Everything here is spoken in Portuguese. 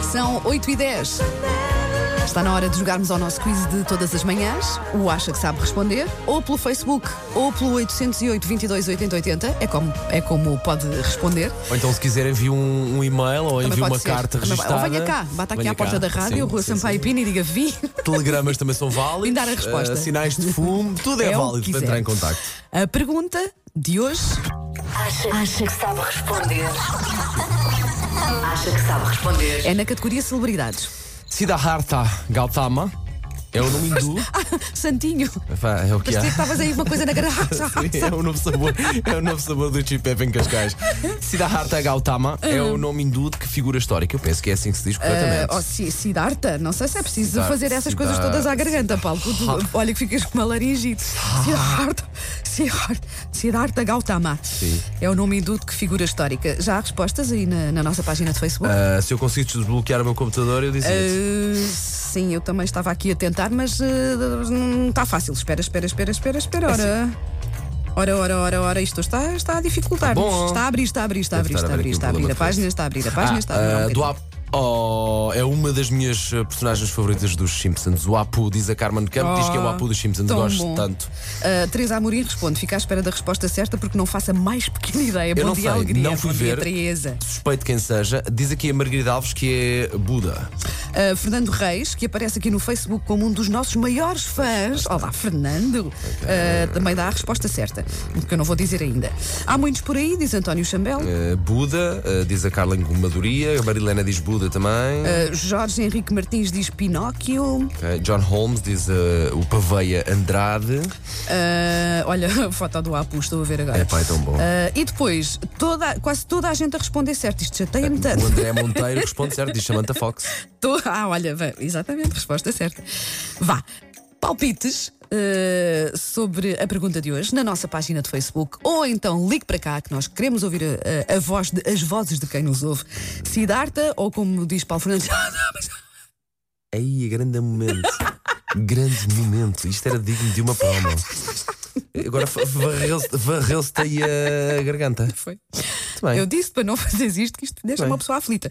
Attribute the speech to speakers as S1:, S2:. S1: São 8 e 10. Está na hora de jogarmos ao nosso quiz de todas as manhãs, o Acha que Sabe Responder, ou pelo Facebook, ou pelo 808 22 80 80, é como, é como pode responder.
S2: Ou então, se quiser, envie um, um e-mail ou envie
S1: pode
S2: uma
S1: ser.
S2: carta
S1: Também-
S2: registada.
S1: Ou venha cá, bata aqui
S2: Venha
S1: à porta da
S2: cá.
S1: rádio,
S2: Sim,
S1: Rua
S2: sim,
S1: Sampaio
S2: sim.
S1: Pina e diga vi.
S2: Telegramas também são válidos.
S1: Vim dar a resposta.
S2: eh, sinais de fumo, tudo é,
S1: É o
S2: válido
S1: que
S2: para
S1: quiser.
S2: entrar em contacto.
S1: A pergunta de hoje
S3: Acha, acha que sabe responder? Acha que sabe responder?
S1: é na categoria celebridades.
S2: Siddhartha Gautama é o nome hindu.
S1: Santinho,
S2: Epá, É o que
S1: parecia que
S2: é.
S1: estavas aí uma coisa na garrafa.
S2: Sim, é o novo sabor, é o novo sabor do Chip Pep em Cascais. Siddhartha Gautama é
S1: Hum.
S2: o nome hindu de que figura histórica? Eu penso que é assim que se diz
S1: Ah,
S2: corretamente.
S1: oh, si- Siddhartha, não sei se é preciso
S2: Siddhartha,
S1: fazer essas coisas
S2: Siddhartha, Ah.
S1: todas à garganta, Paulo. que tu- olha que ficas com uma laringite. Siddhartha, Siddhartha, Siddhartha Gautama.
S2: Sim.
S1: É o nome hindu de que figura histórica. Já há respostas aí na, na nossa página de Facebook?
S2: Ah, se eu conseguir desbloquear o meu computador, eu dizia.
S1: Ah, sim, eu também estava aqui a tentar, mas ah, não está fácil. Espera, espera, espera, espera, espera.
S2: É
S1: Ora.
S2: assim.
S1: Ora, ora, ora, ora, isto está, está a dificultar.
S2: Tá Bom.
S1: Está a abrir, está a abrir, está a
S2: Deve
S1: abrir,
S2: estar
S1: está a abrir, está a
S2: aqui um
S1: abrir a
S2: problema de
S1: página, está a abrir a página, está a abrir. um
S2: Ah, do
S1: bocadinho.
S2: Apu. Oh, é uma das minhas eh, personagens favoritas dos Simpsons. O Apu, diz a Carmen Campo, diz que é o
S1: Oh,
S2: Apu dos Simpsons.
S1: tão
S2: Gosto
S1: bom.
S2: tanto.
S1: Uh, Teresa Amorim responde: fica à espera da resposta certa porque não faço a mais pequena ideia.
S2: Eu
S1: Bom
S2: não
S1: dia,
S2: sei,
S1: alegria.
S2: não fui
S1: Bom dia,
S2: ver.
S1: Teresa.
S2: Suspeito quem seja. Diz aqui a Margarida Alves que é Buda.
S1: Uh, Fernando Reis, que aparece aqui no Facebook como um dos nossos maiores fãs. Olá, Fernando. Uh, também dá a resposta certa, que eu não vou dizer ainda. Há muitos por aí, diz António Chambel.
S2: Eh, Buda, eh, diz a Carla Maduria. A Marilena diz Buda também.
S1: Uh, Jorge Henrique Martins diz Pinóquio.
S2: Ok, John Holmes diz eh, o Paveia Andrade.
S1: Uh, olha, a foto do Apu, estou a ver agora.
S2: Epá, é tão bom.
S1: Uh, e depois, toda- quase toda a gente a responder certo. Isto chateia-me tanto.
S2: O André Monteiro responde certo, diz Samantha Fox.
S1: Tô- Ah, olha, bem, exatamente, resposta certa. Vá, palpites eh, sobre a pergunta de hoje na nossa página de Facebook ou então ligue para cá que nós queremos ouvir eh, a, a- a voz de- as vozes de quem nos ouve. Sidarta ou como diz Paulo Fernandes. Ah,
S2: Aí, grande momento. grande momento. Isto era digno de uma palma. Agora fa- varreu-se varreu-se-te aí a garganta.
S1: Foi.
S2: Muito bem.
S1: Eu disse para não fazeres isto, que isto deixa
S2: Bem.
S1: uma pessoa aflita.